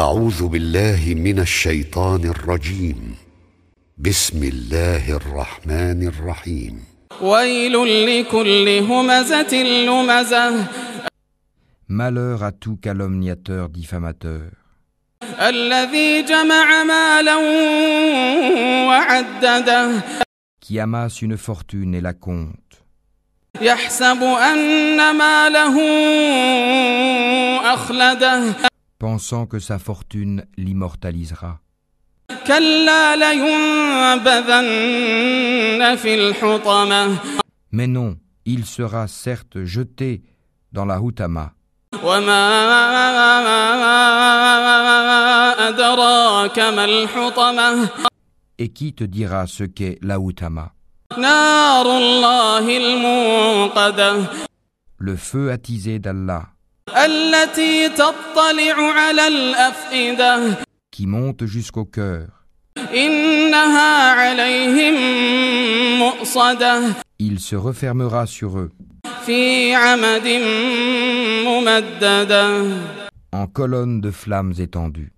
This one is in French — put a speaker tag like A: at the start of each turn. A: اعوذ بالله من الشيطان الرجيم بسم الله الرحمن الرحيم
B: ويل لكل همزة لمزة
C: Malheur à tout calomniateur diffamateur,
B: الذي جمع مالا وعدده
C: qui amasse une fortune et la compte,
B: يحسب أن ماله أخلده
C: pensant que sa fortune l'immortalisera.
B: كلا لينبذن في الحطمة
C: Mais non, il sera certes jeté dans la Houtama.
B: وما أدراك ما الحطمة
C: Et qui te dira ce qu'est la Houtama
B: نار الله الموقده
C: Le feu attisé d'Allah,
B: التي تطلع على الأفئدة
C: qui monte jusqu'au cœur.
B: إنها عليهم مؤصدة
C: Il se refermera sur eux,
B: في عمد ممددة
C: en colonne de flammes étendues.